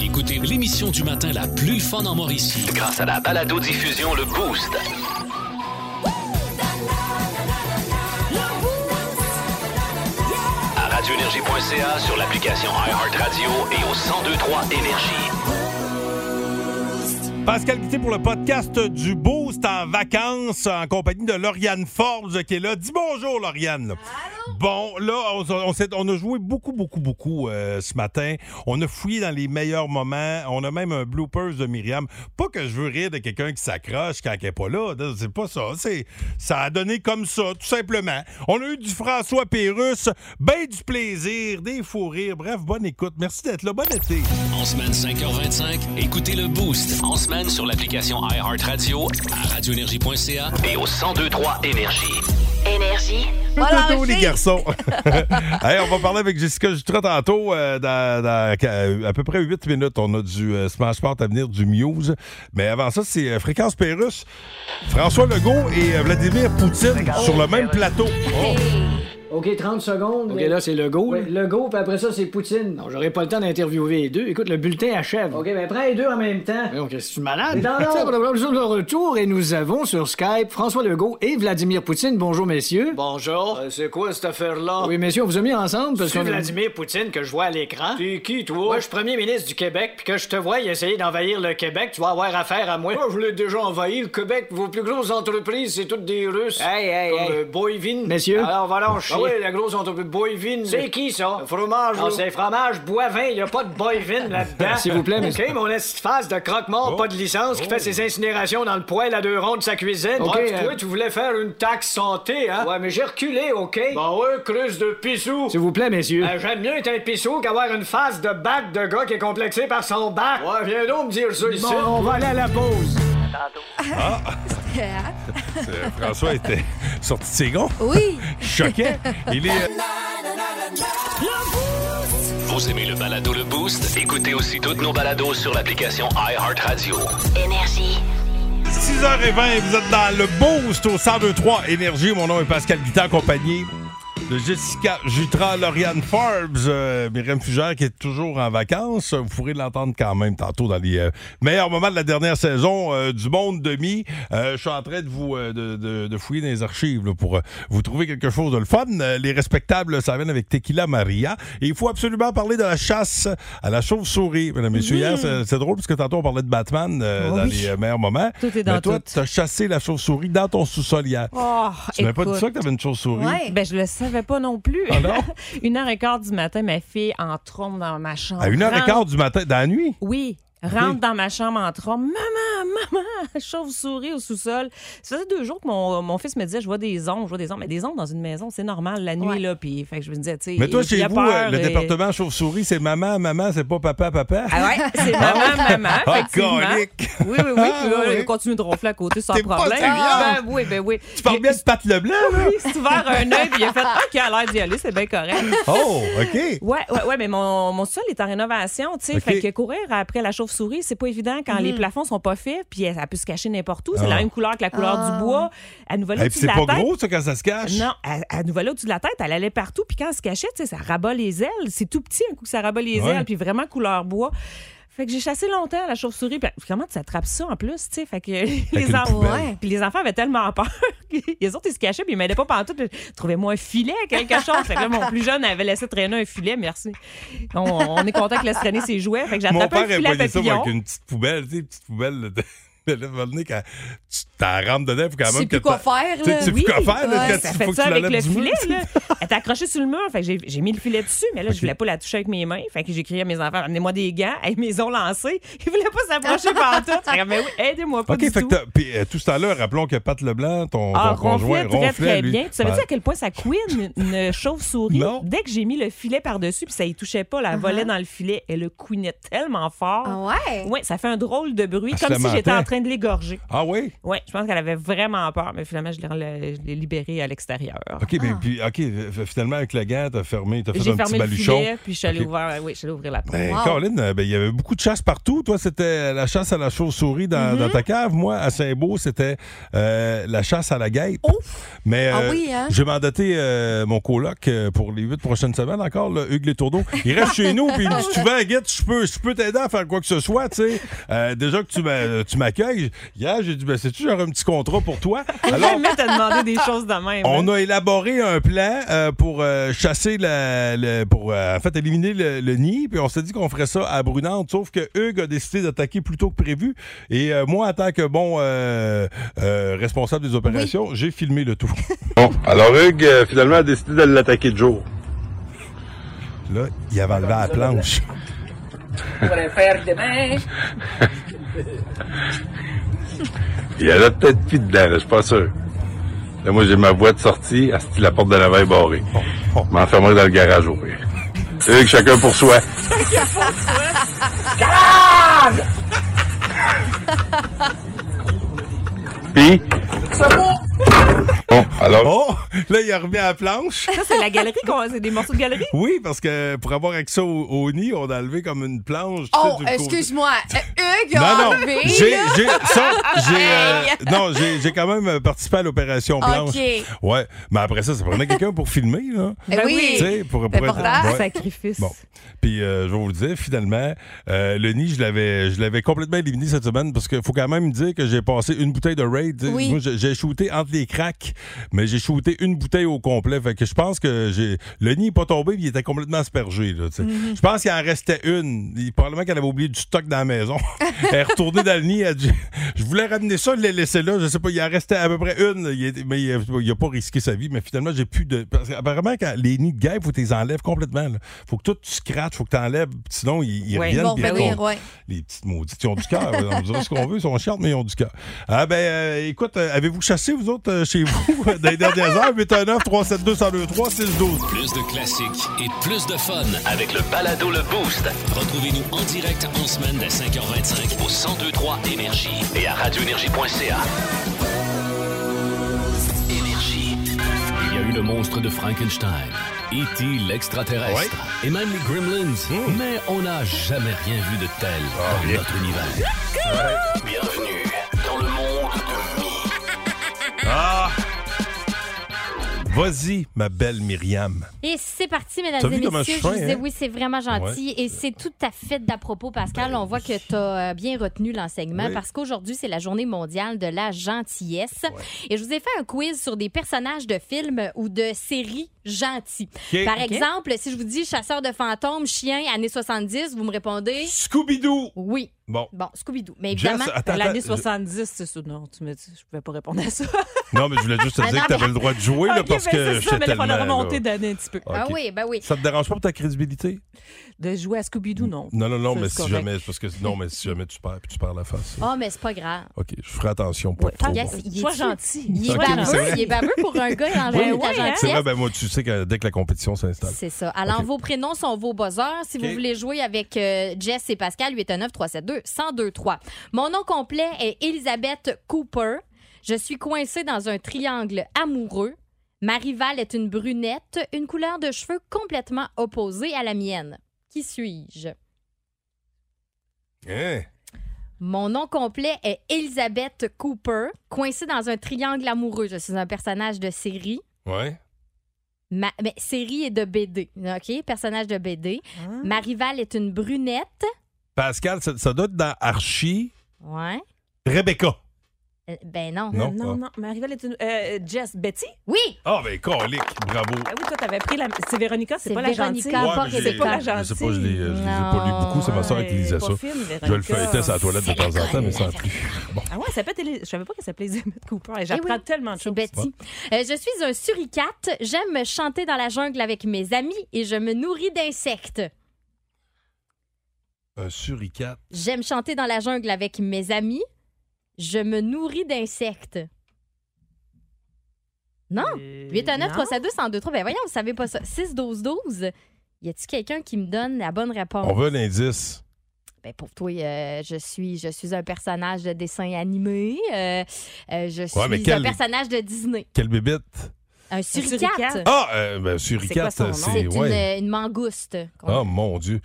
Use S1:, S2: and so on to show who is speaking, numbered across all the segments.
S1: Écoutez l'émission du matin la plus fun en Mauricie.
S2: Grâce à la balado-diffusion Le Boost. À radioénergie.ca, sur l'application iHeartRadio et au 1023 Énergie.
S3: Pascal Guité pour le podcast du Boost en vacances en compagnie de Lauriane Forbes qui est là. Dis bonjour, Lauriane. Bon, là, on, on s'est- on a joué beaucoup, beaucoup, beaucoup euh, ce matin. On a fouillé dans les meilleurs moments. On a même un bloopers de Myriam. Pas que je veux rire de quelqu'un qui s'accroche quand elle n'est pas là. C'est pas ça. C'est, ça a donné comme ça, tout simplement. On a eu du François Pérusse, ben du plaisir, des fous rires. Bref, bonne écoute. Merci d'être là. Bon été.
S1: En semaine 5h25, écoutez le Boost. En semaine sur l'application iHeartRadio, à radioénergie.ca et au 1023 Énergie.
S4: Énergie.
S3: Toto, les garçons. Hey, on va parler avec Jessica Jutra tantôt. euh, dans, dans, euh, à peu près 8 minutes, on a du euh, Smash Sport à venir du Muse. Mais avant ça, c'est euh, Fréquence Pérusse, François Legault et euh, Vladimir Poutine sur le même plateau. Oh.
S5: OK, 30 secondes. OK, là, c'est Legault. Legault, puis après ça, c'est Poutine. Non, j'aurais pas le temps d'interviewer les deux. Écoute, le bulletin achève. OK, mais prends les deux en même temps. Donc, est-ce que tu es malade?
S6: Non, non.
S5: Nous de retour et nous avons sur Skype François Legault et Vladimir Poutine. Bonjour, messieurs.
S6: Bonjour. Euh, c'est quoi cette affaire-là?
S5: Oui, messieurs, on vous a mis ensemble parce
S6: C'est
S5: qu'on...
S6: Vladimir Poutine que je vois à l'écran. T'es qui, toi? Moi, je suis premier ministre du Québec, puis que je te vois essayer d'envahir le Québec, tu vas avoir affaire à moi. Moi, je l'ai déjà envahi, le Québec. Vos plus grosses entreprises, c'est toutes des Russes. Hey, hey, Comme euh, Boivin.
S5: Messieurs.
S6: Alors, va leur chier.
S5: Ah ouais,
S6: la grosse entreprise Boivin. C'est qui, ça? fromage, Non,
S5: là.
S6: c'est fromage Boivin. Il a pas de Boivin là-dedans.
S5: S'il vous plaît, messieurs.
S6: OK, mon est face de croque-mort, pas de licence, qui fait ses incinérations dans le poêle à deux ronds de sa cuisine.
S5: OK,
S6: Ouais, puis
S5: euh,
S6: toi, tu voulais faire une taxe santé, hein? Ouais, mais j'ai reculé, OK? Bah ouais, creuse de pissou.
S5: S'il vous plaît, messieurs.
S6: Euh, J'aime mieux être un pissou qu'avoir une face de bac de gars qui est complexé par son bac. Ouais, viens donc me dire ça ici.
S5: Bon, on va aller à la pause.
S3: Euh, François était sorti de ses
S7: Oh.
S3: gonds.
S4: Oui.
S3: Choqué. Il est. euh,
S2: Vous aimez le balado Le Boost? Écoutez aussi toutes nos balados sur l'application iHeartRadio.
S4: Énergie.
S3: 6h20, vous êtes dans le boost au 1023 Énergie. Mon nom est Pascal Guitin, accompagné de Jessica Jutra, Lauriane Forbes, euh, Myriam Fugère qui est toujours en vacances. Vous pourrez l'entendre quand même tantôt dans les euh, meilleurs moments de la dernière saison euh, du Monde demi. Euh, Je suis en train de vous euh, de, de- de fouiller dans les archives là, pour euh, vous trouver quelque chose de le fun. Euh, les respectables, ça vient avec Tequila Maria. Et il faut absolument parler de la chasse à la chauve-souris. Mesdames, messieurs, hier, c'est- c'est drôle parce que tantôt on parlait de Batman euh,
S8: Oh
S3: dans
S8: oui.
S3: les euh, meilleurs moments.
S8: Tout est dans
S3: Mais Ben, toi,
S8: tout.
S3: t'as chassé la chauve-souris dans ton sous-sol hier.
S8: Oh,
S7: Ah,
S3: tu m'avais pas dit
S8: écoute.
S3: ça que t'avais une chauve-souris?
S4: Ouais.
S8: Ben, je le savais pas non plus.
S3: Ah non?
S8: une heure et quart du matin, ma fille en trompe dans ma chambre.
S3: À une heure et
S8: Rentre-
S3: quart du matin, dans la nuit?
S8: Oui. Rentre dans ma chambre en trompe. Maman, maman, chauve-souris au sous-sol. Ça faisait deux jours que mon, mon fils me disait Je vois des ondes, je vois des ondes. Mais des ondes dans une maison, c'est normal la nuit,
S4: Ouais.
S8: là. Puis, fait que je me disais, tu sais.
S3: Mais toi,
S8: il- il
S3: chez
S8: a
S3: vous,
S8: peur,
S3: euh, le
S8: et-
S3: département chauve-souris, c'est maman, maman, c'est pas papa, papa.
S8: Ah ouais, c'est maman, maman.
S3: Ah,
S8: effectivement.
S3: colique.
S8: Oui, oui, oui. Puis là,
S3: Ah, oui.
S8: il continue de ronfler à côté sans
S3: T'es pas
S8: problème.
S3: sérieux?
S8: ben oui, ben oui.
S3: Tu parles bien de Pat Leblanc, là?
S8: Il s'est ouvert un œil, puis il a fait OK, à l'air d'y aller, c'est bien correct.
S3: Oh, OK.
S8: Ouais, ouais, ouais, mais mon, mon sol est en rénovation, tu sais.
S3: OK.
S8: Fait que courir après la chauve-souris, c'est pas évident quand les plafonds sont pas faits, puis elle, elle peut se cacher n'importe où. C'est la même couleur que la couleur du bois. Elle nous volait
S3: Et Ah. puis
S8: au-dessus de
S3: c'est
S8: la
S3: pas
S8: tête.
S3: gros, ça, quand ça se cache?
S8: Non, elle, elle nous volait au-dessus de la tête, elle allait partout, puis quand elle se cachait, tu sais, ça rabat les ailes. C'est tout petit, un coup que ça rabat les
S3: Ouais.
S8: ailes, puis vraiment couleur bois. Fait que j'ai chassé longtemps la chauve-souris. Puis comment tu attrapes ça en plus, tu sais? Fait que les,
S3: une
S8: en-
S3: poubelle.
S8: Ouais. Puis les enfants avaient tellement peur. que les autres, ils se cachaient, puis ils m'aidaient pas pantoute. Trouvez-moi un filet, quelque chose. Fait que là, mon plus jeune avait laissé traîner un filet, merci. On, on est content qu'il laisse traîner ses jouets. Fait que
S3: Mon
S8: j'attrapais un
S3: père
S8: filet à
S3: pas ça moi,
S8: papillon.
S3: avec une petite poubelle, tu sais, une petite poubelle. là, de- Mais là, va venir quand tu t'en rentres dedans, faut quand
S9: Tu
S3: même
S9: sais
S3: que
S9: plus quoi
S3: t'a-
S9: faire,
S3: Tu sais,
S9: là.
S3: tu sais plus
S8: Oui,
S3: quoi faire, là,
S9: ouais,
S3: quand
S8: Ça
S3: tu-
S8: fait
S3: faut que
S8: ça
S3: tu
S8: avec
S3: l'enlèves
S8: le
S3: du mur.
S8: filet, là. Elle était accrochée sur le mur. Fait que j'ai- j'ai mis le filet dessus, mais là, je voulais pas la toucher avec mes mains. Fait que j'ai crié à mes enfants, amenez-moi des gants. Hey, ils mes ont lancé. Ils voulaient pas s'approcher par tout. Fait que, mais oui, aidez-moi pas
S3: OK,
S8: du
S3: fait que
S8: tout.
S3: t'as- puis, euh, tout ce temps-là, rappelons que Pat Leblanc, ton,
S8: Ah,
S3: ton conjoint,
S8: ronflait très, très
S3: lui.
S8: bien. Tu savais-tu
S3: Ben,
S8: à quel point ça couine une chauve-souris?
S3: Non.
S8: Dès que j'ai mis le filet par-dessus, puis ça y touchait pas, la volait dans le filet, elle le couinait tellement fort.
S9: Uh-huh. Ah ouais?
S8: Ouais, ça fait un drôle de bruit,
S3: Elle se
S8: comme si j'étais en
S3: lamentait.
S8: train de l'égorger.
S3: Ah oui?
S8: Oui, je pense qu'elle avait vraiment peur, mais finalement, je l'ai rela- je l'ai libérée à l'extérieur.
S3: OK, ben, puis, OK, f- finalement, avec le gant, t'as fermé, t'as fait
S8: J'ai
S3: un petit
S8: fermé le
S3: baluchon.
S8: filet, puis je suis allée
S3: Ok.
S8: ouvrir- oui, je suis allée ouvrir la porte.
S3: Ben,
S9: Wow.
S3: Colin, euh, ben, il y avait beaucoup de chasse partout. Toi, c'était la chasse à la chauve-souris dans, dans ta cave. Moi, à Saint-Beau, c'était euh, la chasse à la guêpe. Mais
S9: Ah
S3: euh,
S9: oui, hein?
S3: je vais mandater euh, mon coloc euh, pour les huit prochaines semaines encore, là, Hugues Les Tourneaux. Il reste chez nous, puis il me dit Tu vends, guide, je peux, je peux t'aider à faire quoi que ce soit. tu sais. Euh, déjà que tu m'a- tu m'accueilles, hier, j'ai dit ben, Sais-tu, j'aurais un petit contrat pour toi. Alors,
S8: Jamais t'as demandé des choses de même.
S3: on
S8: hein.
S3: a élaboré un plan euh, pour euh, chasser la, le- pour euh, en fait éliminer le, le nid, puis on s'est dit qu'on ferait ça à Brunante, sauf que Hugues a décidé d'attaquer plus tôt que prévu. Et euh, moi, en tant que bon euh, euh, responsable des opérations, j'ai filmé le tout.
S10: Bon, alors Hugues, euh, finalement, a décidé de l'attaquer de jour.
S3: Là, il avait enlevé la planche.
S10: Il y en a peut-être plus dedans, là, je suis pas sûr. Là, Ben, moi, j'ai ma voie de sortie, à la porte de la veille barrée. Bon, bon, je m'enfermerai dans le garage au pire. Hugues, chacun pour soi. Puis... Bon, alors...
S3: Oh! Là, il a remis la planche.
S8: Ça, c'est la galerie, qu'on- c'est des morceaux de galerie.
S3: Oui, parce que pour avoir accès au, au nid, on a enlevé comme une planche. tu sais,
S9: Oh,
S3: du côté.
S9: excuse-moi. Euh, Hugues a
S3: Non, non,
S9: enlevé,
S3: j'ai,
S9: là.
S3: j'ai, ça, j'ai, euh,
S9: Hey!
S3: non, j'ai, j'ai quand même euh, participé à l'opération Blanche.
S9: OK.
S3: Ouais, mais après ça, ça prenait quelqu'un pour filmer, là.
S9: Eh
S8: Ben
S9: oui.
S8: oui.
S3: Tu sais, pour, pour
S9: Reportage.
S3: ouais.
S8: Sacrifice.
S3: Bon. Puis euh, je vais vous le dire, finalement, euh, le nid, je l'avais, je l'avais complètement éliminé cette semaine parce qu'il faut quand même dire que j'ai passé une bouteille de raid. Tu sais,
S9: Oui.
S3: Moi, j'ai- j'ai shooté entre les cracks, mais j'ai shooté une bouteille au complet. Fait que je pense que j'ai le nid n'est pas tombé, puis il était complètement aspergé. là, tu sais. Je pense qu'il en restait une. Il- probablement qu'elle avait oublié du stock dans la maison. elle est retournée dans le nid. elle a dit, je voulais ramener ça, je l'ai laissé là. Je sais pas, il en restait à peu près une. Il était- mais il a- il a pas risqué sa vie. Mais finalement, j'ai plus de. parce que apparemment, quand les nids de guêpes, faut que tu les enlèves complètement. là. Faut que tout tu scratches, faut que tu enlèves. Sinon, ils, ils
S8: Ouais,
S3: reviennent.
S9: Bon,
S3: puis ils
S9: venir,
S3: retournent.
S9: ouais.
S3: Les petites maudites, ils ont du cœur. on dirait ce qu'on veut, ils sont chiantes, mais ils ont du cœur. Ah ben, euh, écoute, euh, avez-vous chassé, vous autres, euh, chez vous, dans les dernières heures? 819 372 1023 612
S1: Plus de classiques et plus de fun.
S2: Avec le balado Le Boost
S1: Retrouvez-nous en direct en semaine dès 5h25
S2: au 1023 Énergie et à radioénergie.ca.
S1: Énergie. Il y a eu le monstre de Frankenstein, E.T. l'extraterrestre et même les Gremlins, mais on n'a jamais rien vu de tel dans notre univers.
S2: Bienvenue dans le monde de Mi.
S3: Vas-y, ma belle Myriam.
S7: Et c'est parti, mesdames
S3: T'as
S7: et
S3: vu comme un
S7: messieurs. Je
S3: chien,
S7: vous disais,
S3: hein?
S7: oui, c'est vraiment gentil. Et c'est tout à fait d'à propos, Pascal. On voit que tu as bien retenu l'enseignement
S3: Ben Oui.
S7: parce qu'aujourd'hui, c'est la journée mondiale de la gentillesse. Et je vous ai fait un quiz sur des personnages de films ou de séries gentils.
S3: OK.
S8: Bah,
S7: Par
S3: OK.
S7: exemple, si je vous dis chasseur de fantômes, chien, années 70, vous me répondez
S3: Scooby-Doo!
S7: oui.
S3: Bon.
S7: Bon, Scooby-Doo. Mais évidemment.
S3: Jess, attends,
S8: L'année
S3: attends,
S8: 70, c'est ça. Non, tu me dis, je pouvais pas répondre à ça.
S3: je- Non, mais je voulais juste te
S7: Ah
S3: dire
S7: non,
S3: que t'avais le droit de jouer, là,
S8: Ok,
S3: parce
S8: ben,
S3: que
S8: c'est ça,
S3: j'étais
S8: mais là,
S3: tellement...
S8: il fallait
S3: là.
S8: remonter d'année un petit peu.
S7: Ah
S3: Ok.
S7: oui, ben oui.
S3: Ça te dérange pas pour ta crédibilité?
S8: De jouer à Scooby-Doo, non.
S3: Non, non, non,
S8: Ça, c'est
S3: mais si
S8: correct.
S3: jamais... c'est Parce que, non, mais si jamais tu perds, puis tu perds la face.
S7: Oh, mais c'est pas grave.
S3: OK, je ferai attention pour
S8: Ah. Ouais.
S3: trop.
S7: Yes, il est
S8: Sois
S7: cute.
S8: gentil.
S7: Il est
S3: Ok, c'est
S7: baveux,
S3: vrai.
S7: il est baveux pour un gars
S8: Ben
S7: en de la
S8: ouais, hein?
S7: gentillesse.
S3: C'est vrai, ben moi, tu sais que dès que la compétition s'installe...
S7: C'est ça. Alors,
S3: Ok.
S7: vos prénoms sont vos buzzers. Si
S3: Ok.
S7: vous voulez jouer avec euh, Jess et Pascal, 819-372-1023. Mon nom complet est Elisabeth Cooper. Je suis coincée dans un triangle amoureux. Ma rivale est une brunette, une couleur de cheveux complètement opposée à la mienne. Qui suis-je?
S3: Hein?
S7: Mon nom complet est Elisabeth Cooper, coincée dans un triangle amoureux. Je suis un personnage de série.
S3: Ouais.
S7: Ma- mais série et de BD. OK? Personnage de BD.
S8: Ah. Hein?
S7: Ma rivale est une brunette.
S3: Pascal, ça, ça doit être dans Archie.
S7: Ouais.
S3: Rebecca.
S7: Euh, Ben non.
S3: Non.
S8: non, non. Ma rivale est une. euh, Jess, Betty?
S7: Oui!
S3: Ah, ben, colique, bravo.
S8: Ah oui, toi, t'avais pris la. C'est Véronica, c'est
S7: C'est
S8: pas la
S7: Véronica.
S8: gentille.
S7: Ah,
S3: Ouais,
S7: pas
S3: mais
S7: Rebecca.
S3: j'ai-
S7: C'est pas la
S3: Je sais pas, je l'ai je l'ai pas lu
S7: Non.
S3: beaucoup, beaucoup, c'est ma soeur qui lisait
S8: pas
S3: ça.
S8: fine, Véronica.
S3: Je le feuilletais sur la toilette de
S8: C'est
S3: temps
S8: la
S3: en temps, mais
S8: colle,
S3: sans
S8: la
S3: plus. Bon.
S8: Ah ouais, elle s'appelle Élis- Je savais pas qu'elle s'appelait Elizabeth Cooper. Et J'apprends
S7: Eh oui,
S8: tellement de
S7: c'est
S8: choses.
S7: Betty. Euh, je suis un suricate. J'aime chanter dans la jungle avec mes amis et je me nourris d'insectes.
S3: Un
S11: euh,
S3: suricate.
S7: J'aime chanter dans la jungle avec mes amis. Je me nourris d'insectes. Non. 819 372 1023 Ben voyons, vous savez pas ça. 6 12 12. Y a-t-il quelqu'un qui me donne la bonne réponse?
S3: On veut un indice.
S7: Ben pour toi, euh, je suis je suis un personnage de dessin animé. Euh, euh, je suis
S3: mais
S7: un
S3: quel-
S7: personnage de Disney.
S3: Quelle bébite?
S7: Un suricate.
S3: Ah, euh, ben, suricate,
S7: C'est quoi son nom?
S3: c'est.
S7: C'est
S3: ouais.
S7: une, une mangouste.
S3: Oh mon Dieu.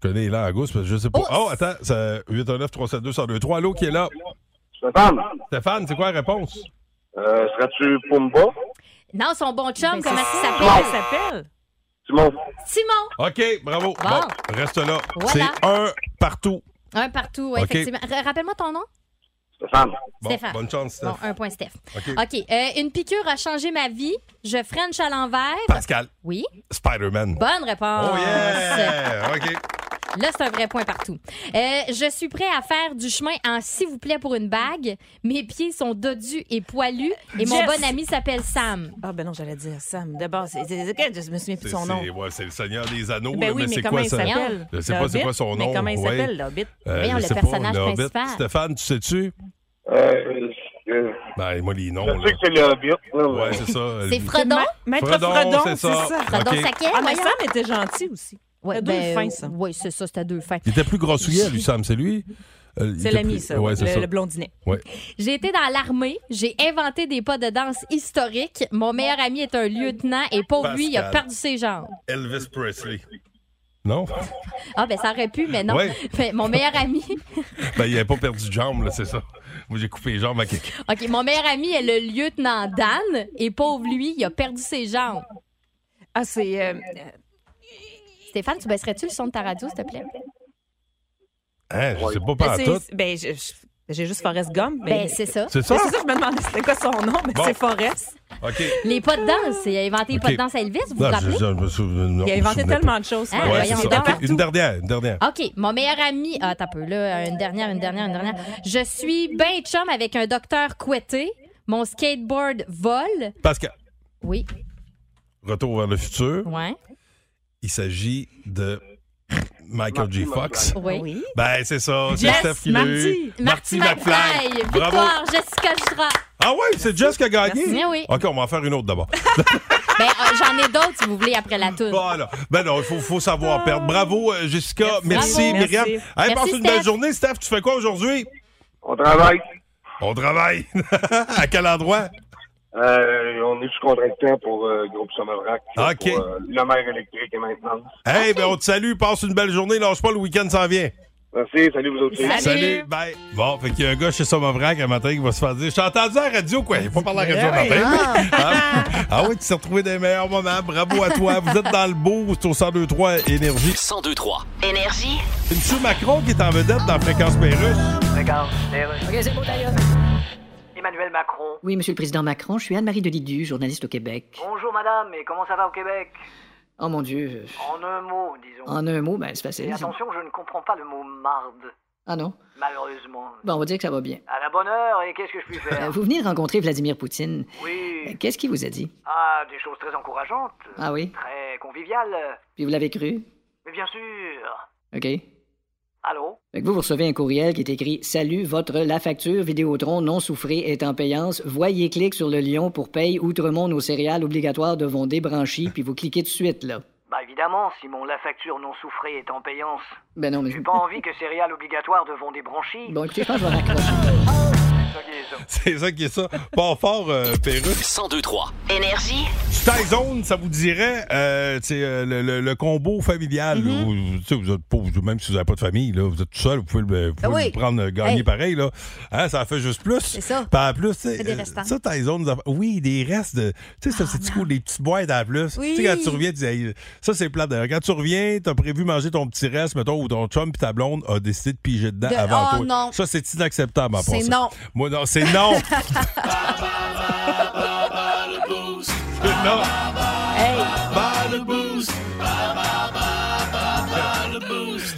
S3: Je connais les langouses, parce que je sais pas. Oh, attends, c'est 819 372 1023 Allô, qui est là? Stéphane. Stéphane, c'est quoi la réponse? Seras-tu Pumba?
S7: Non, son bon
S8: Ben,
S7: chum, comment il s'appelle?
S3: Simon.
S7: Simon.
S3: OK, bravo. Bon, reste là.
S7: Voilà.
S3: C'est un partout.
S7: Un partout, ouais,
S3: OK.
S7: effectivement. R- Rappelle-moi ton nom.
S3: Stéphane. Bon,
S7: Stéphane.
S3: Bonne chance, Steph.
S7: Bon, un point, Steph.
S3: OK.
S7: OK. euh, une piqûre a changé ma vie. Je French à l'envers.
S3: Pascal.
S7: Oui.
S3: Spider-Man.
S7: Bonne réponse.
S8: Ah,
S3: Oh yeah! OK.
S7: Là, c'est un vrai point partout. Euh, je suis prêt à faire du chemin en s'il vous plaît pour une bague. Mes pieds sont dodus et poilus et mon
S8: Yes!
S7: bon ami s'appelle Sam.
S8: Ah, ben non, j'allais dire Sam. D'abord, c'est- c'est- c'est- je me souviens plus de
S3: C'est
S8: son nom.
S3: c'est- ouais, c'est le Seigneur des Anneaux,
S8: Ben
S3: là,
S8: oui,
S3: mais
S8: mais
S3: c'est
S8: comment
S3: quoi
S8: il
S3: ça?
S8: s'appelle?
S3: Je sais pas c'est
S8: L'Hobbit?
S3: quoi son
S8: Mais
S3: nom.
S8: comment il
S3: ouais.
S8: s'appelle, l'Hobbit?
S3: Euh,
S7: Voyons,
S3: je
S7: le
S3: sais pas,
S7: personnage
S3: l'Hobbit.
S7: principal.
S3: Stéphane, tu sais-tu? ben, moi, les noms. Euh, Je sais que c'est le Hobbit. Ouais, c'est ça.
S8: Euh,
S7: C'est Fredon?
S8: Maître
S3: Fredon,
S8: Fredon,
S3: c'est
S8: c'est
S3: ça.
S8: ça.
S7: Fredon
S3: OK.
S7: Saquet,
S8: Ah, mais
S7: voyons.
S8: Sam était gentil aussi.
S7: Ouais,
S8: T'as deux
S7: ben,
S8: fins, ça.
S7: Oui, c'est ça, c'était deux fins.
S3: Il était plus grossouillet, lui, Sam, c'est lui? Euh, il
S8: C'est
S3: était
S8: l'ami,
S3: plus-
S8: ça.
S3: Ouais,
S8: le,
S3: c'est ça.
S8: le blondinet.
S3: Ouais.
S7: J'ai été dans l'armée, j'ai inventé des pas de danse historiques. Mon meilleur ami est un lieutenant et pour lui, il a
S3: Pascal.
S7: perdu ses jambes.
S3: Elvis Presley. Non?
S7: Ah, ben ça aurait pu, mais non.
S3: Ouais.
S7: Mais mon meilleur ami,
S3: Ben, il n'avait pas perdu de jambe, là, c'est ça. Moi, j'ai coupé les jambes à quelqu'un.
S7: OK, mon meilleur ami est le lieutenant Dan et pauvre lui, il a perdu ses jambes.
S8: Ah, c'est. euh,
S7: Stéphane, tu baisserais-tu le son de ta radio, s'il te plaît?
S3: Hein, je sais pas,
S8: ben,
S3: pas
S8: c'est-
S3: tout.
S8: ben, je- je- j'ai juste Forrest Gump. Mais...
S7: Ben, c'est ça.
S3: C'est
S8: Ben,
S3: ça?
S8: c'est ça, je me demandais c'était quoi son nom, mais
S3: Bon.
S8: c'est Forrest.
S3: OK.
S7: Les pas de danse, il a inventé les pas de
S3: OK. Ben,
S7: danse à Elvis, vous vous
S3: Non, je,
S7: rappelez?
S3: je me souviens. non,
S8: Il a
S3: je me
S8: inventé
S3: souvenais
S8: tellement
S3: pas.
S8: de choses.
S7: Ah,
S8: Forrest.
S3: Ouais,
S7: voyons, il
S3: c'est ça.
S7: est dans
S3: OK,
S7: partout.
S3: Une dernière, une dernière.
S7: OK, mon meilleur ami. Ah, t'as peu, là. Une dernière, une dernière, une dernière. Je suis ben chum avec un docteur couetté. Mon skateboard vole.
S3: Pascal,
S7: Oui,
S3: retour vers le futur.
S7: ouais,
S3: Il s'agit de Michael J. Fox.
S7: Ah oui.
S3: Ben, c'est ça. C'est
S8: Yes,
S3: Steph qui l'a eu.
S7: Marty McFly. Victoire,
S3: Bravo.
S7: Jessica Jura.
S3: Ah ouais, c'est Jess qui a gagné.
S7: Merci. Eh oui.
S3: OK, on va en faire une autre d'abord. Ah.
S7: Ben, euh, j'en ai d'autres, si vous voulez, après la toune.
S3: Voilà. Ben non, il faut, faut savoir perdre. Bravo, euh, Jessica. Merci,
S7: Ah. Bravo.
S3: Myriam.
S8: Merci.
S3: Hey,
S7: Merci,
S3: passe une
S7: Steph.
S3: belle journée. Steph, tu fais quoi aujourd'hui?
S12: On travaille.
S3: On travaille. à quel endroit?
S12: Euh, on est sous-contracteur pour euh, Groupe Sommervrac. là,
S3: OK.
S12: Pour, euh, le maire électrique et maintenance.
S3: Hey, ben on te salue. Passe une belle journée. Lâche pas, le week-end s'en vient.
S12: Merci. Salut, vous autres.
S8: Salut.
S3: Bye. Bon, fait qu'il y a un gars chez Somavrac un matin qui va se faire dire Je t'ai entendu à la radio, quoi. Il faut pas parler à la radio le matin. Ah, ah oui, tu t'es retrouvé dans les meilleurs moments. Bravo à toi. Vous êtes dans le boost au 102.3 Énergie.
S13: 1023.
S14: Énergie.
S3: C'est M. Macron qui est en vedette dans Fréquence Pérus.
S15: Regarde, c'est vrai.
S4: OK, c'est bon, d'ailleurs.
S15: Emmanuel Macron.
S4: Oui, Monsieur le Président Macron, je suis Anne-Marie Delidu, journaliste au Québec.
S15: Bonjour madame, et comment ça va au Québec
S4: Oh mon Dieu, euh,
S15: En un mot, disons.
S4: en un mot, ben c'est facile.
S15: Et attention, je ne comprends pas le mot marde,
S4: Ah non?
S15: malheureusement.
S4: Bon, on va dire que ça va bien.
S15: À la bonne heure, et qu'est-ce que je puis
S4: Euh,
S15: faire
S4: Vous venez de rencontrer Vladimir Poutine. Euh,
S15: Oui.
S4: Qu'est-ce qu'il vous a dit?
S15: Ah, des choses très encourageantes.
S4: Ah oui?
S15: Très conviviales.
S4: Puis vous l'avez cru?
S15: Mais bien sûr.
S4: OK. Fait
S15: Allô
S4: que vous, vous recevez un courriel qui est écrit Salut, votre la facture Vidéotron non souffrée est en payance. Voyez clic sur le lion pour paye outre-monde aux céréales obligatoires devront débrancher, puis vous cliquez tout de suite, là.
S15: Bah évidemment, Simon, la facture non souffrée est en payance.
S4: Ben non, mais.
S15: J'ai pas envie que céréales obligatoires devant des branchies.
S4: Bon, écoutez, je pense que je vais raccrocher.
S3: C'est ça qui est ça. Pas fort, euh, Pérus.
S13: 1023.
S14: Énergie.
S3: Du Tyzone, ça vous dirait euh, c'est, euh, le, le- le combo familial.
S7: Mm-hmm.
S3: là, où, tu sais, vous êtes pauvre, même si vous n'avez pas de famille, là, vous êtes tout seul, vous pouvez, le- vous pouvez
S7: Ah oui.
S3: le prendre, euh, gagner
S7: Hey.
S3: pareil. Là. Hein, ça en fait juste plus.
S7: C'est ça.
S3: Pas plus. tu sais,
S7: Fait des
S3: euh,
S7: restants. Ah,
S3: Ça, Tyzone, ça- oui, des restes. de- Tu sais, ça, c'est cool, des petites boîtes en plus.
S7: Oui.
S3: Tu sais, quand tu reviens, tu dis, Hey, ça, c'est plat. Quand tu reviens, tu as prévu manger ton petit reste, mettons, ou ton chum puis ta blonde a décidé de piger dedans
S7: De-
S3: avant
S7: oh,
S3: toi.
S7: non.
S3: Ça, c'est inacceptable en
S7: C'est
S3: passant.
S7: non.
S3: Moi, non, c'est non. C'est non.
S7: Hey,
S3: Par le boost.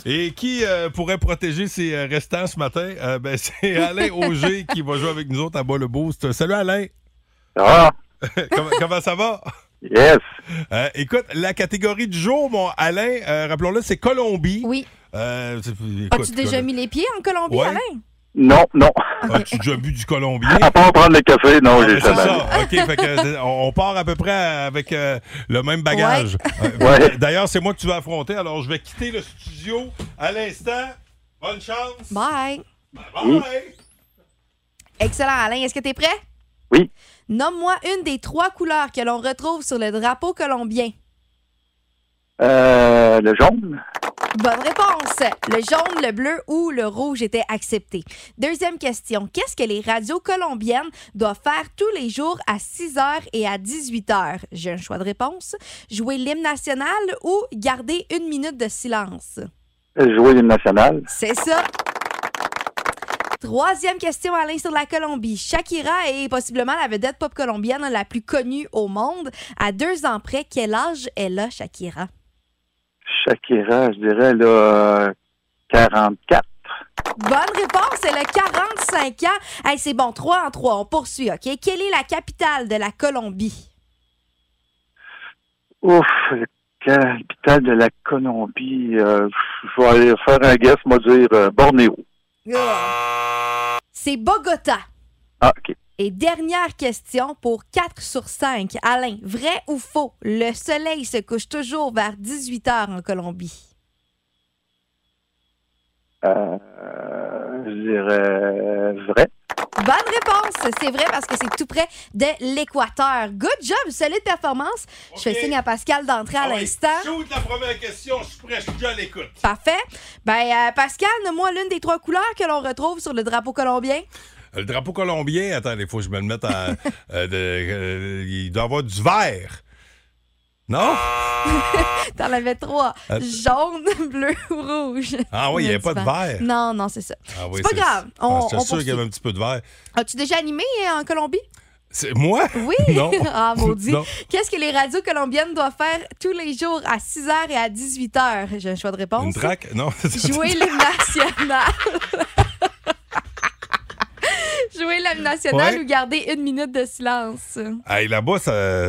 S3: Et qui euh, pourrait protéger ses euh, restants ce matin? Euh, ben, c'est Alain Auger qui va jouer avec nous autres à bas le boost. Salut Alain!
S9: Ah!
S3: comment, comment ça va?
S9: Yes!
S3: Euh, écoute, la catégorie du jour, mon Alain, euh, rappelons-le, c'est Colombie.
S7: Oui.
S3: Euh, c'est- écoute,
S7: As-tu déjà
S3: Colombie.
S7: mis les pieds en Colombie,
S3: Ouais.
S7: Alain?
S9: Non, non.
S3: As-tu déjà bu du colombien? Ah,
S9: À part prendre le café, non, j'ai
S3: C'est
S9: jamais.
S3: ça. OK, fait que, c'est- on on part à peu près avec euh, le même bagage. Euh,
S9: Ouais.
S3: D'ailleurs, c'est moi que tu vas affronter, alors je vais quitter le studio à l'instant. Bonne chance. hein?
S16: Bye.
S3: Bye.
S16: Excellent, Alain. Est-ce que t'es prêt?
S9: Oui.
S16: Nomme-moi une des trois couleurs que l'on retrouve sur le drapeau colombien.
S9: Euh, le jaune?
S16: Bonne réponse. Le jaune, le bleu ou le rouge étaient acceptés. Deuxième question. Qu'est-ce que les radios colombiennes doivent faire tous les jours à 6 h et à 18 h? J'ai un choix de réponse. Jouer l'hymne national ou garder une minute de silence?
S9: Jouer l'hymne national?
S16: C'est ça. Troisième question, Alain, sur la Colombie. Shakira est possiblement la vedette pop colombienne la plus connue au monde. À deux ans près, quel âge elle a, Shakira?
S9: Shakira, je dirais, là, euh, 44.
S16: Bonne réponse, elle a 45 ans. Hey, c'est bon, 3 en 3, on poursuit, OK? Quelle est la capitale de la Colombie?
S9: Ouf, la capitale de la Colombie. euh, je vais aller faire un guess, moi dire euh, Bornéo.
S16: C'est Bogota.
S9: Ah, OK.
S16: Et dernière question pour 4 sur 5. Alain, vrai ou faux? Le soleil se couche toujours vers 18 heures en Colombie.
S9: Euh, euh, je dirais vrai.
S16: Bonne réponse. C'est vrai parce que c'est tout près de l'équateur. Good job, solide performance. Je fais signe à Pascal d'entrer à l'instant.
S3: Ah Shoot la première question, je suis prêt, je suis déjà à l'écoute.
S16: Parfait. Ben, euh, Pascal, nomme-moi l'une des trois couleurs que l'on retrouve sur le drapeau colombien.
S3: Le drapeau colombien, attends, il faut que je me le mette en. euh, de- euh, il doit avoir du vert. Non?
S16: T'en avais trois.
S3: Att-
S16: Jaune, bleu ou rouge.
S3: Ah oui, il y avait pas de
S16: Souvent.
S3: vert.
S16: Non, non, c'est ça.
S3: Ah oui,
S16: c'est pas grave.
S3: ah,
S16: On,
S3: j'étais
S16: on
S3: sûr qu'il y avait un
S16: poursuit.
S3: petit peu de vert.
S16: As-tu déjà animé hein, en Colombie?
S3: C'est moi?
S16: Oui.
S3: Non.
S16: ah, maudit.
S3: Non.
S16: Qu'est-ce que les radios colombiennes doivent faire tous les jours à 6 h et à 18 h? J'ai un choix de réponse.
S3: Une traque? Non.
S16: Jouer l'hymne national. Jouer l'hymne national
S3: Ouais.
S16: ou garder une minute de silence.
S3: Hey, là-bas, ça,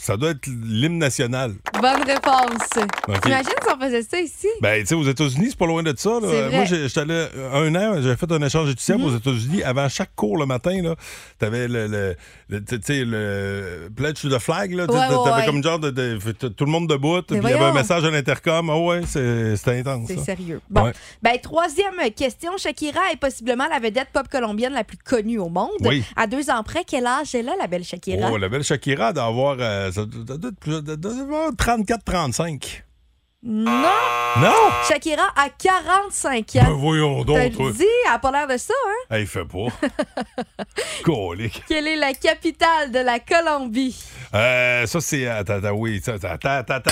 S3: ça doit être l'hymne national.
S16: Bonne réponse.
S3: Ok.
S16: T'imagines si on faisait ça ici?
S3: Ben, tu sais, aux États-Unis, c'est pas loin de ça. là.
S16: C'est vrai. Mm-hmm.
S3: Moi, j'ai- j'étais allé euh, un an, j'avais fait un échange étudiant aux États-Unis. Avant chaque cours le matin, là, t'avais le, le, le- tu sais, le pledge to the flag. Là, Tu sais,
S16: Ouais, ouais,
S3: t'avais
S16: ouais.
S3: comme une genre de, de- fait- tout le monde debout, puis il y avait un
S16: voyons.
S3: message à l'intercom. Ah ouais, c'est- c'était intense.
S16: C'est
S3: ça.
S16: sérieux. Bon.
S3: Ouais.
S16: Ben, troisième question. Shakira est possiblement la vedette pop colombienne la plus connue au monde.
S3: Oui.
S16: À deux ans près, quel âge elle a, la belle Shakira?
S3: Oh, la belle Shakira d'avoir euh, ça doit- doit- doit- doit- doit avoir 34-35.
S16: Non!
S3: Non!
S16: Shakira a 45
S3: Ben
S16: ans.
S3: voyons
S16: T'as
S3: donc, toi.
S16: dit, elle a pas l'air de ça, hein?
S3: Hey, fais pas. Colique.
S16: Quelle est la capitale de la Colombie?
S3: Euh, ça, c'est. Attends, attends, oui. ça, attends, attends, attends.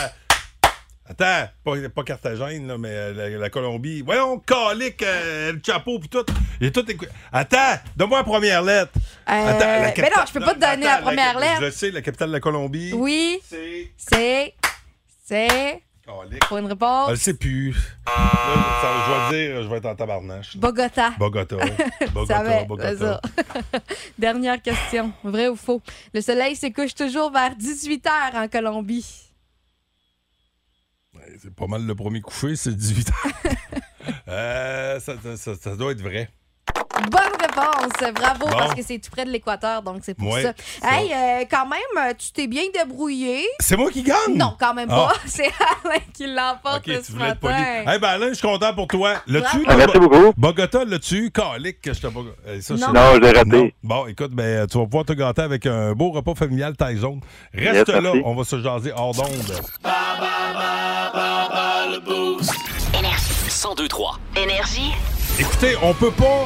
S3: Attends, pas, pas Carthagène, là, mais euh, la, la Colombie. Voyons, calique, euh, le chapeau, puis tout. J'ai tout écou- Attends, donne-moi la première lettre.
S16: Euh, ben non, je peux pas te donner la première
S3: cap-
S16: lettre.
S3: Je le sais, la capitale de la Colombie.
S16: Oui.
S3: C'est.
S16: C'est. C'est.
S3: Calique.
S16: Pour une
S3: Je
S16: réponse.
S3: le sais plus. Là, ça- je vais le dire, je vais être en tabarnache.
S16: Bogota.
S3: Bogota.
S16: Ça va,
S3: Bogota, Bogota.
S16: c'est ça. Dernière question. Vrai ou faux? Le soleil se couche toujours vers 18 h en Colombie.
S3: C'est pas mal le premier coucher, c'est 18 ans. Euh, ça, ça- ça- ça doit être vrai.
S16: Bonne réponse. Bravo,
S3: Bon.
S16: parce que c'est tout près de l'équateur, donc c'est pour
S3: Ouais,
S16: ça. Hey, euh, quand même, euh, tu t'es bien débrouillé.
S3: C'est moi qui gagne?
S16: Non, quand même
S3: Ah.
S16: pas. C'est Alain qui l'emporte
S3: Ok,
S16: ce
S3: tu voulais être poli.
S16: matin.
S3: Eh ben Alain, je suis content pour toi. Le tu
S9: Ah, merci beaucoup.
S3: Bogota, le tu Calique, que je t'ai pas. Eh, ça,
S9: Non.
S3: c'est-
S9: Non, je l'ai raté.
S3: Non. Bon, écoute, ben, tu vas pouvoir te gâter avec un beau repas familial taille zone.
S9: Yes,
S3: Reste là,
S9: merci.
S3: on va se jaser hors d'onde.
S2: 1023.
S4: Énergie.
S3: Écoutez, on peut pas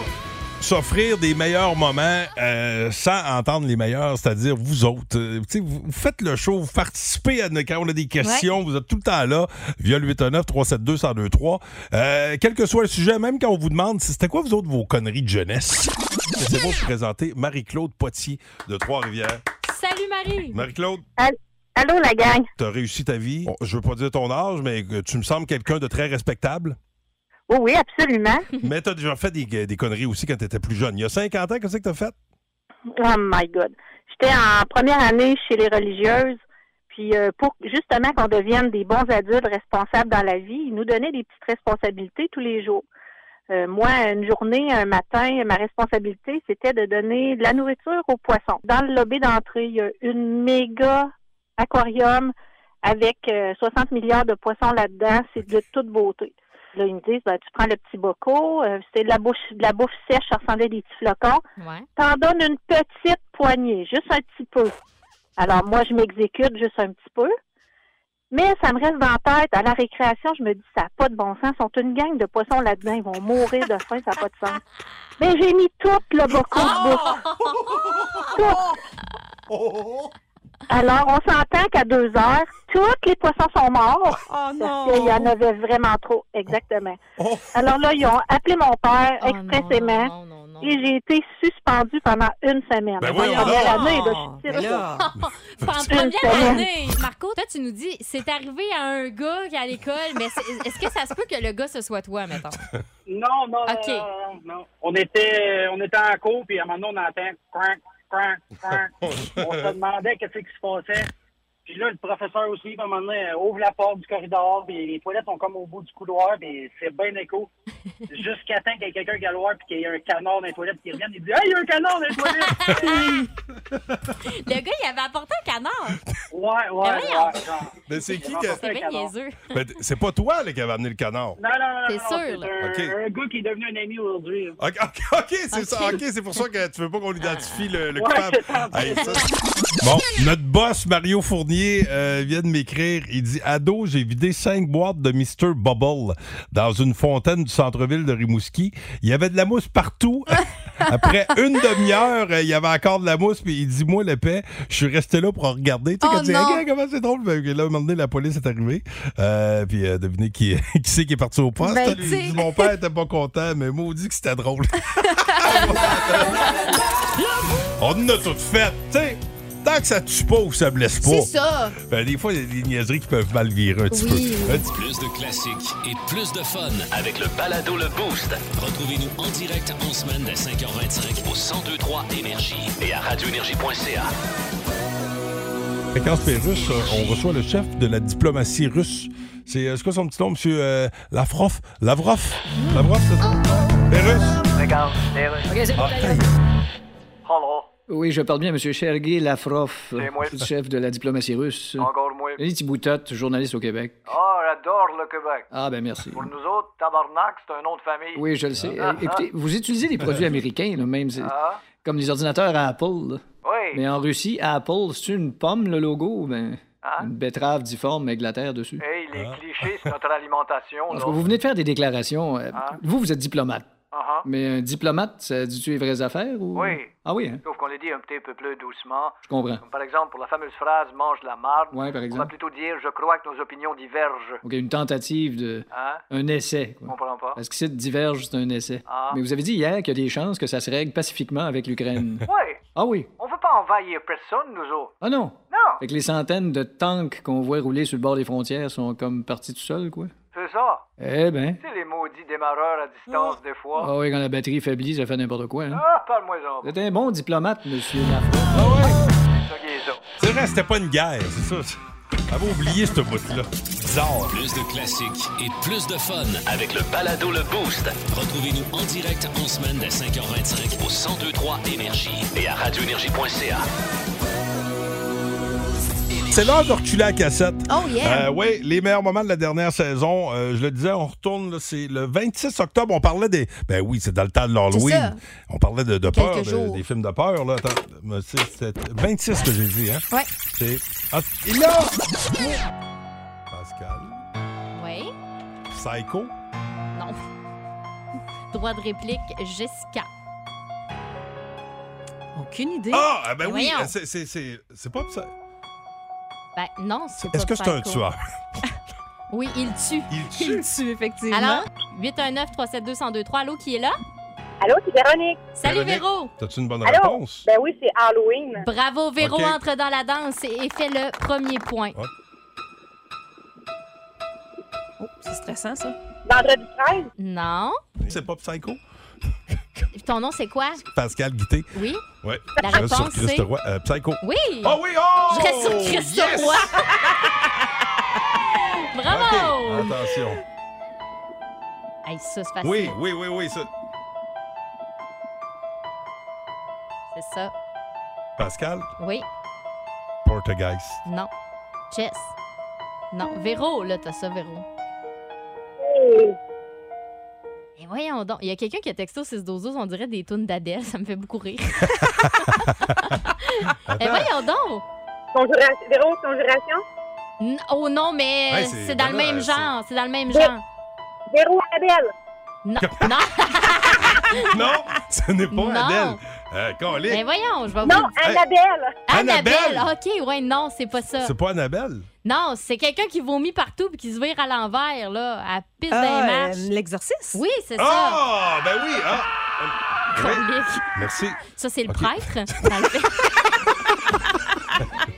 S3: s'offrir des meilleurs moments euh, sans entendre les meilleurs, c'est-à-dire vous autres. Euh, tu sais, vous, vous faites le show, vous participez à nos- quand on a des questions, vous êtes tout le temps là via le 819 372 1023. Euh, quel que soit le sujet, même quand on vous demande c'était quoi vous autres vos conneries de jeunesse. C'est bon de présenter Marie-Claude Potier de Trois-Rivières.
S7: Salut Marie!
S3: Marie-Claude,
S17: Allô, la gang?
S3: tu as réussi ta vie. Bon, je veux pas dire ton âge, mais euh, tu me sembles quelqu'un de très respectable.
S17: Oui, oui, absolument.
S3: Mais t'as déjà fait des, des conneries aussi quand t'étais plus jeune. Il y a 50 ans, qu'est-ce que t'as fait?
S17: Oh my God. J'étais en première année chez les religieuses. Puis euh, pour justement qu'on devienne des bons adultes responsables dans la vie, ils nous donnaient des petites responsabilités tous les jours. Euh, moi, une journée, un matin, ma responsabilité, c'était de donner de la nourriture aux poissons. Dans le lobby d'entrée, il y a une méga aquarium avec euh, 60 milliards de poissons là-dedans. C'est de toute beauté. Là, ils me disent, ben, tu prends le petit boco, euh, c'est de la bouche, de la bouffe sèche, ça ressemblait à des petits flocons.
S7: Ouais.
S17: T'en donnes une petite poignée, juste un petit peu. Alors moi, je m'exécute juste un petit peu. Mais ça me reste dans la tête. À la récréation, je me dis, ça n'a pas de bon sens. Ils sont une gang de poissons là-dedans. Ils vont mourir de faim, ça n'a pas de sens. Mais j'ai mis tout le boco de bouffe. Tout. Alors, on s'entend qu'à deux heures, tous les poissons sont morts.
S8: non.
S17: Parce qu'il y en avait vraiment trop, exactement. Alors là, ils ont appelé mon père
S7: Oh,
S17: expressément. Et j'ai été suspendue pendant une semaine.
S7: Ben
S17: Moi,
S7: voyons
S17: première
S7: donc.
S17: année, là,
S8: Ah!
S17: je suis
S7: Mais
S17: tirée
S7: là.
S17: au-
S7: Pas en
S17: Une
S7: première
S17: semaine.
S7: année. Marco, toi, tu nous dis, c'est arrivé à un gars qui est à l'école, mais c'est- est-ce que ça se peut que le gars, ce soit toi, mettons?
S14: Non, non,
S7: OK.
S14: non, non, non. On était, on était en cours, puis à un moment donné, on entend crank, crank, crank. on se demandait qu'est-ce qui se passait. Puis là, le professeur aussi, à un moment donné, euh, ouvre la porte du corridor, puis les toilettes sont comme au bout du couloir, puis c'est bien écho. Jusqu'à temps qu'il y ait quelqu'un qui a le voir, puis qu'il y ait un canard dans les toilettes, qui revienne, il dit « Hey, il y a un canard dans les toilettes!
S7: Le gars, il avait apporté un canard. »
S14: Ouais, ouais,
S7: Mais Ben voyons.
S14: ouais, genre.
S3: Mais Ah, c'est qui
S14: Il a
S3: que-
S14: apporté
S7: C'est
S14: un
S7: bien
S14: canard.
S7: niaiseux.
S3: Ben, t- c'est pas toi là, qui avait amené le canard.
S14: Non, non, non, non,
S7: C'est
S14: non,
S7: sûr, là.
S14: un,
S3: OK.
S14: un gars qui est devenu un ami aujourd'hui. hein. là.
S3: OK, OK, ok, c'est ça.
S14: Ok.
S3: OK, c'est pour ça que tu veux pas qu'on identifie le, le
S14: Ouais,
S3: coupable.
S14: c'est ça.
S3: Hey, ça- Bon, notre boss Mario Fournier euh, vient de m'écrire. Il dit Ado, j'ai vidé cinq boîtes de Mr. Bubble dans une fontaine du centre-ville de Rimouski. Il y avait de la mousse partout. Après une demi-heure, euh, il y avait encore de la mousse. Puis il dit Moi, le paix, je suis resté là pour en regarder. Tu sais,
S18: Oh
S3: quand tu dis,
S18: non.
S3: Hey, comment c'est drôle. Ben, là, à un moment donné, la police est arrivée. Euh, puis euh, devinez qui, qui c'est qui est parti au poste.
S18: Ben,
S3: Il
S18: tu sais.
S3: dit, Mon père était pas content, mais maudit que c'était drôle. On en a tout fait, tu sais. Tant que ça tue pas ou ça blesse pas.
S16: C'est ça.
S3: Ben, des fois, il y a des niaiseries qui peuvent mal virer un petit
S16: Oui.
S3: peu. Un petit-
S1: Plus de classiques et plus de fun avec le balado Le Boost. Retrouvez-nous en direct en semaine dès 5h25 au 1023 Énergie et à radioénergie.ca.
S3: Fréquence Pérusse, euh, on reçoit le chef de la diplomatie russe. C'est euh, c'est quoi son petit nom, monsieur euh, Lavrov? Lavrov? Lavrov, c'est ça? Pérusse?
S5: Regarde,
S3: c'est bon, d'ailleurs.
S5: Oui, je parle bien, monsieur Sergei Lavrov, euh, chef de la diplomatie russe.
S15: Encore moi.
S5: Lily Boutotte, journaliste au Québec.
S15: Ah, j'adore le Québec.
S5: Ah, ben merci.
S15: Pour nous autres, tabarnak, c'est un nom de famille.
S5: Oui, je le sais.
S15: Ah,
S5: Euh, Écoutez,
S15: ah.
S5: vous utilisez des produits américains, là, même. c'est-
S15: Ah.
S5: Comme les ordinateurs à Apple. là.
S15: Oui.
S5: Mais en Russie, Apple, c'est une pomme, le logo, ben, une betterave difforme avec la terre dessus.
S15: Ah. Hey, les clichés, c'est notre alimentation.
S5: Parce
S15: là.
S5: que vous venez de faire des déclarations. euh,
S15: Ah.
S5: Vous, vous êtes diplomate.
S15: Ah, ah.
S5: Mais un diplomate, ça dit-tu les vraies affaires? Ou...
S15: Oui.
S5: Ah oui, hein?
S15: Sauf qu'on les dit un petit peu plus doucement.
S5: Je comprends.
S15: Comme par exemple, pour la fameuse phrase « mange de la marde
S5: Ouais, par
S15: on va
S5: exemple.
S15: plutôt dire « je crois que nos opinions divergent
S5: OK, une tentative de...
S15: Hein?
S5: Un essai. quoi.
S15: comprends pas.
S5: Parce que c'est diverge, c'est un essai.
S15: Ah.
S5: Mais vous avez dit hier qu'il y a des chances que ça se règle pacifiquement avec l'Ukraine.
S15: Oui,
S5: ah oui.
S15: on veut pas envahir personne, nous autres.
S5: Ah non.
S15: Non.
S5: Fait que les centaines de tanks qu'on voit rouler sur le bord des frontières sont comme partis tout seuls, quoi.
S15: C'est ça.
S5: Eh ben.
S15: Tu sais, les maudits démarreurs à distance,
S7: Mmh.
S15: des fois.
S5: Ah oui, quand la batterie faiblit, ça fait n'importe quoi. Hein?
S15: Ah, parle-moi-en.
S5: Vous êtes un bon diplomate, monsieur Lafont.
S15: Ça qui est ça.
S3: C'est vrai, c'était pas une guerre, c'est ça. J'avais oublié ce bout-là. Bizarre.
S1: Plus de classiques et plus de fun avec le balado Le Boost. Retrouvez-nous en direct en semaine dès 5h25 au 1023 Énergie et à radioénergie.ca.
S3: C'est l'heure de reculer à la cassette.
S16: Oh, yeah.
S3: oui, les meilleurs moments de la dernière saison. euh, je le disais, on retourne, là, c'est le 26 octobre. On parlait des. Ben oui, c'est dans le temps de
S16: C'est ça.
S3: l'Halloween. On parlait de, de peur,
S16: Quelques
S3: de-
S16: jours.
S3: des films de peur. Là. Attends, mais c'est c'est 26 que j'ai vu, hein?
S16: Ouais.
S3: C'est. Ah, et là! Pascal.
S7: Oui.
S3: Psycho.
S7: Non. Droit de réplique, Jessica.
S8: Aucune idée.
S3: Ah, ah, ben
S7: Mais
S3: oui,
S7: voyons.
S3: c'est- c'est- c'est c'est pas ça.
S7: Ben non, c'est pas
S3: Est-ce que c'est un
S7: Psycho.
S3: tueur?
S7: Oui, il tue.
S3: Il tue.
S7: Il tue, effectivement. Alors, 819-372-1023, allô, qui est là?
S17: Allô, c'est Véronique.
S7: Salut,
S3: Véronique,
S7: Véro.
S3: T'as-tu une bonne
S7: Allô?
S3: réponse?
S17: Ben oui, c'est Halloween.
S7: Bravo, Véro
S3: Ok.
S7: entre dans la danse et fait le premier point.
S8: Oh, C'est stressant, ça.
S17: Vendredi 13?
S7: Non.
S3: C'est pas Psycho?
S7: Ton nom, c'est quoi?
S3: Pascal Guité.
S7: Oui?
S3: Ouais.
S7: La
S3: Je reste
S7: réponse,
S3: sur Christ
S7: c'est-
S3: Roy. Euh, psycho.
S7: Oui!
S3: Oh oui, oh!
S7: Je reste sur Christ
S3: Yes!
S7: Roy. Bravo!
S3: Attention.
S7: Hey, ça, c'est facile.
S3: Oui, oui, oui, oui, ça.
S7: C'est ça.
S3: Pascal,
S7: Oui.
S3: Portugais.
S7: Non. Chess. Non. Véro, là, t'as ça, Véro. Et Eh, voyons donc. Il y a quelqu'un qui a texté au 6 12 on dirait des tunes d'Adèle. Ça me fait beaucoup rire. Et voyons donc.
S17: Conjuration, Véro, conjuration?
S7: oh non, mais
S17: Ouais, c'est-
S7: c'est dans le
S17: voilà,
S7: même
S17: c'est-
S7: genre. C'est dans le même genre.
S17: Véro Adèle.
S7: Non.
S3: non, ce n'est pas
S7: Non.
S3: Adèle. Euh, calique.
S7: Mais Eh, voyons, je vais
S17: Non,
S7: vous...
S17: Annabelle.
S7: Annabelle.
S3: Annabelle.
S7: OK, ouais, non, c'est pas ça.
S3: C'est pas Annabelle?
S7: Non, c'est quelqu'un qui vomit partout puis qui se vire à l'envers, là, à la piste
S8: Ah,
S3: Ben,
S7: d'un
S8: euh,
S7: match.
S8: L'exorciste?
S7: Oui, c'est ça.
S3: Ah, ben oui. Ah. Euh, oui.
S7: Colique.
S3: Merci.
S7: Ça, c'est le
S3: Ok.
S7: prêtre. dans le fait.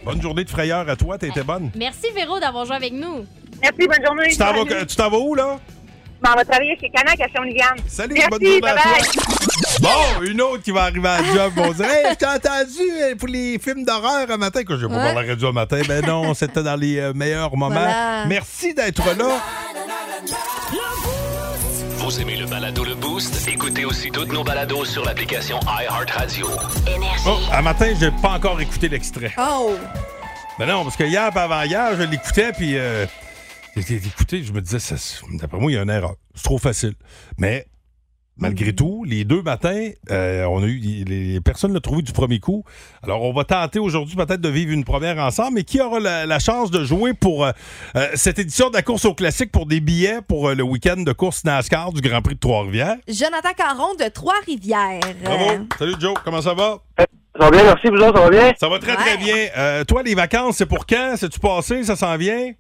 S3: Bonne journée de frayeur à toi. T'as été bonne.
S7: Merci, Véro, d'avoir joué avec nous.
S17: Merci, bonne journée.
S3: Tu t'en vas, tu t'en vas où, là?
S17: Ben, on va travailler chez Canac à Shawinigan.
S3: Salut,
S17: Merci,
S3: bonne journée
S17: bye
S3: à
S17: bye.
S3: toi. Bon, une autre qui va arriver à la job. On dirait, hey, je t'ai entendu euh, pour les films d'horreur un matin. Que j'ai pas
S1: Ouais.
S3: parlé à la radio un matin. Ben non, c'était dans les euh, meilleurs moments.
S1: Voilà.
S3: Merci d'être là.
S2: Vous aimez le balado Le Boost? Écoutez aussi toutes nos balados sur l'application iHeartRadio.
S3: Oh, à matin, j'ai pas encore écouté l'extrait.
S16: Oh!
S3: Ben non, parce que hier, puis avant-hier, je l'écoutais, puis euh, j'ai j'ai écouté, je me disais, ça, c'est- d'après moi, il y a une erreur. C'est trop facile. Mais
S16: Mm.
S3: malgré tout, les deux matins, euh, on a eu les, les personnes l'ont trouvé du premier coup. Alors, on va tenter aujourd'hui peut-être de vivre une première ensemble. Mais qui aura la, la chance de jouer pour euh, euh, cette édition de la course au classique pour des billets pour euh, le week-end de course NASCAR du Grand Prix de Trois-Rivières?
S16: Jonathan Caron de Trois-Rivières.
S3: Bravo. Salut Joe, comment ça va?
S9: Ça va bien, merci, vous autres, ça va bien?
S3: Ça va très très bien. Euh, toi, les vacances, c'est pour quand? C'est-tu passé? Ça s'en vient?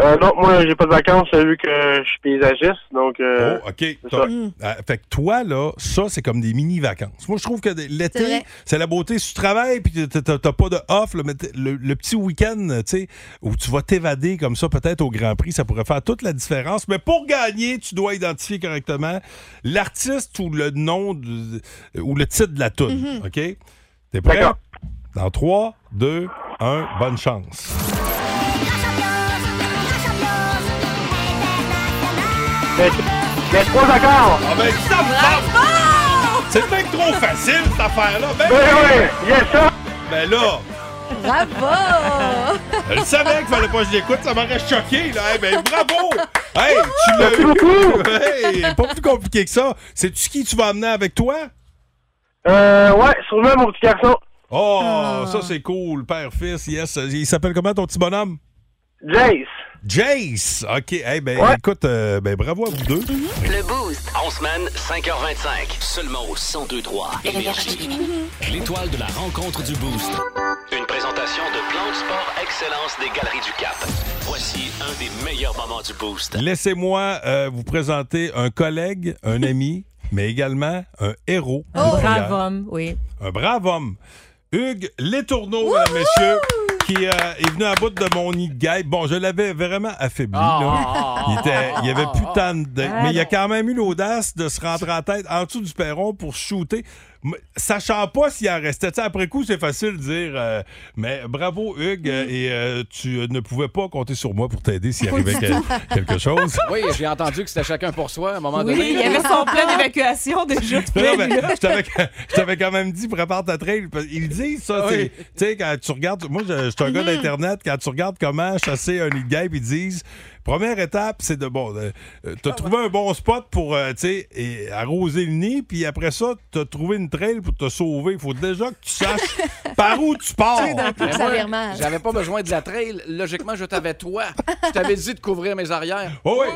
S9: Euh, non, moi, j'ai pas de vacances euh, vu que je suis paysagiste, donc. euh,
S3: Oh, OK.
S9: c'est
S3: T'as-
S9: ça.
S3: Euh, fait que toi, là, ça, c'est comme des mini-vacances. Moi, je trouve que des-
S9: C'est
S3: l'été,
S9: vrai.
S3: c'est la beauté. Si tu travailles puis t'as- t'as t'as pas de off, là, mais t'es- le, le petit week-end, euh, tu sais, où tu vas t'évader comme ça, peut-être au Grand Prix, ça pourrait faire toute la différence. Mais pour gagner, tu dois identifier correctement l'artiste ou le nom du- ou le titre de la tune.
S1: Mhm.
S9: Mm-hmm.
S3: OK? T'es prêt?
S1: D'accord.
S3: Dans 3, 2, 1, bonne chance.
S9: Les trois accords!
S3: Ah ben, ça me parle. C'est bien que trop facile, cette affaire-là. Ben,
S9: Ben oui, yes, ça!
S3: Ben là,
S16: Bravo!
S3: je le savais qu'il fallait pas que je l'écoute, ça m'aurait choqué, là. Eh ben, bravo! Hey, tu l'as
S9: Merci beaucoup.
S3: eu! Hey, pas plus compliqué que ça. Sais-tu qui tu vas amener avec toi?
S9: Euh, ouais, sûrement mon petit garçon.
S3: Oh, ça c'est cool, père-fils, yes. Il s'appelle comment ton petit bonhomme?
S9: Jace.
S3: Jace! OK, eh ben
S2: Ouais.
S3: écoute, euh, ben bravo à vous deux.
S2: Le Boost. En semaine, 5h25. Seulement au 1023 Énergie.
S1: L'étoile de la rencontre du Boost.
S2: Une présentation de Plan de Sport Excellence des Galeries du Cap. Voici un des meilleurs moments du Boost.
S3: Laissez-moi euh, vous présenter un collègue, un ami, mais également un héros.
S8: Un
S3: d'hier.
S8: brave Oh, homme, oui.
S3: un brave homme. Hugues Létourneau, mesdames, messieurs, qui euh, est venu à bout de mon nid de guêpe. Bon, je l'avais vraiment affaibli. là. Il, était, il y avait plus tant de... Mais il a quand même eu l'audace de se rentrer en tête en dessous du perron pour shooter. M- Sachant pas s'il en restait. Tu sais, après coup, c'est facile de dire euh, Mais bravo, Hugues, euh, et euh, tu euh, ne pouvais pas compter sur moi pour t'aider s'il arrivait que- quelque chose.
S18: Oui, j'ai entendu que c'était chacun pour soi à un moment
S8: Oui,
S18: donné.
S8: il y avait son
S17: Ah.
S8: plan d'évacuation déjà.
S3: Non, non, mais je t'avais- je t'avais quand même dit, prépare ta trail. Parce- Ils disent ça, c'est- tu sais, quand tu regardes, moi, je je suis un gars d'Internet, quand tu regardes comment chasser un nid de guêpe, ils disent, première étape, c'est de, bon, de- euh, t'as trouvé un bon spot pour, euh, tu sais, et arroser le nid, puis après ça, t'as trouvé une trail pour te sauver. Il faut déjà que tu saches par où tu pars.
S18: Mais moi, J'avais pas besoin de la trail. Logiquement, je t'avais toi. Je t'avais dit de couvrir mes arrières.
S3: Oh oui.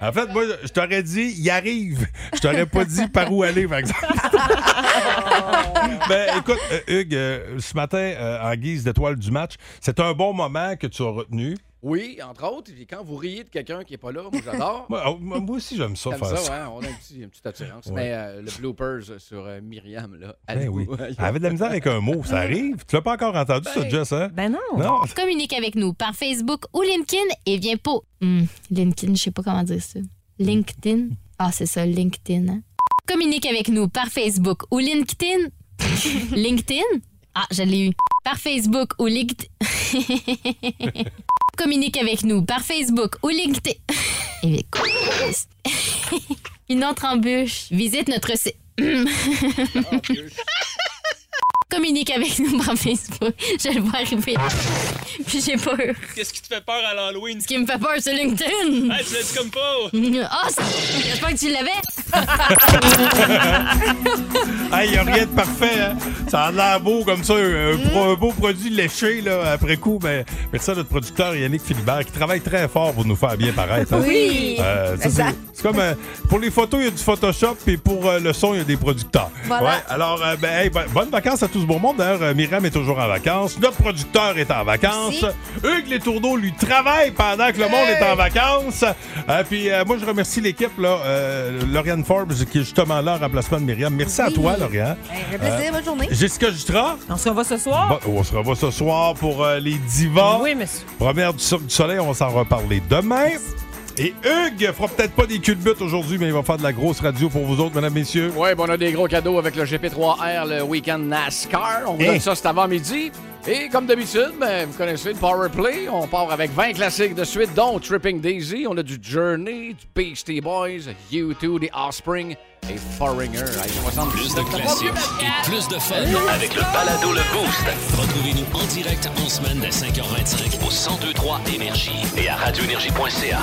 S3: En fait, moi, je t'aurais dit, il arrive. Je t'aurais pas dit par où aller, par exemple. ben, écoute, euh, Hugues, euh, ce matin, euh, en guise d'étoile du match, c'est un bon moment que tu as retenu.
S18: Oui, entre autres. Puis quand vous riez de quelqu'un qui n'est pas là, moi j'adore.
S3: Moi, oh, moi aussi, j'aime ça
S18: Comme
S3: faire ça.
S18: hein, on a un petit- une petite attirance.
S3: Ouais.
S18: Mais euh, le bloopers sur euh, Myriam, là.
S3: Ben oui.
S18: allez-vous
S3: Elle avait de la misère avec un mot, ça arrive. Tu l'as pas encore entendu, ça, Jess, hein?
S8: Ben
S3: Non.
S7: Communique avec nous par Facebook ou LinkedIn et viens pour. Hmm, LinkedIn, je sais pas comment dire ça. LinkedIn? Ah, c'est ça, LinkedIn. hein. Communique avec nous par Facebook ou LinkedIn. LinkedIn? Ah, je l'ai eu. Par Facebook ou LinkedIn. Communique avec nous par Facebook ou LinkedIn. Et- Une autre embûche. Visite notre site. Communique avec nous par Facebook. Je le vois arriver. Puis j'ai peur.
S19: Qu'est-ce qui te fait peur à l'Halloween?
S7: Ce qui me fait peur, c'est LinkedIn.
S19: Hey, tu l'as dit comme pas!
S7: Ah, c'est- j'espère que tu l'avais.
S3: Il n'y a rien de parfait. hein. Ça a l'air beau comme ça, un, pro- un beau produit léché là, après coup. Mais, mais ça, notre producteur Yannick Philibert, qui travaille très fort pour nous faire bien paraître. hein.
S16: Oui.
S3: Euh, ça, c'est,
S16: Exact.
S3: c'est comme euh, pour les photos, il y a du Photoshop, puis pour euh, le son, il y a des producteurs.
S16: Voilà.
S3: alors, euh, ben, hey, ben, bonnes vacances à tout ce beau monde. D'ailleurs, euh, Myriam est toujours en vacances. Notre producteur est en vacances. Hugues Les Tourneaux lui travaille pendant que le monde est en vacances. Euh, puis euh, moi, je remercie l'équipe, là, euh, Lauriane Forbes, qui est justement là en remplacement de Myriam. Merci à toi, Lauriane.
S16: Un plaisir, bonne journée.
S3: Jessica Jutra.
S8: On se revoit ce soir.
S3: Bon, on se revoit ce soir pour euh, les divas.
S8: Oh! Oui, monsieur.
S3: Première du Cirque du Soleil, on va s'en reparler demain. Et Hugues fera peut-être pas des culs de but aujourd'hui, mais il va faire de la grosse radio pour vous autres, mesdames, messieurs.
S18: Oui, ben on a des gros cadeaux avec le GP3R, le week-end NASCAR. On vous
S3: Hein?
S18: donne ça cet avant-midi. Et comme d'habitude, ben, vous connaissez le Power Play. On part avec 20 classiques de suite, dont Tripping Daisy. On a du Journey, du Beastie Boys, U2, The Offspring et Foreigner. Hey, 60.
S1: Plus de classiques et plus de fun
S2: Avec le balado Le Boost.
S1: Retrouvez-nous en direct en semaine dès 5h25
S2: au 1023 Énergie et à radioénergie.ca.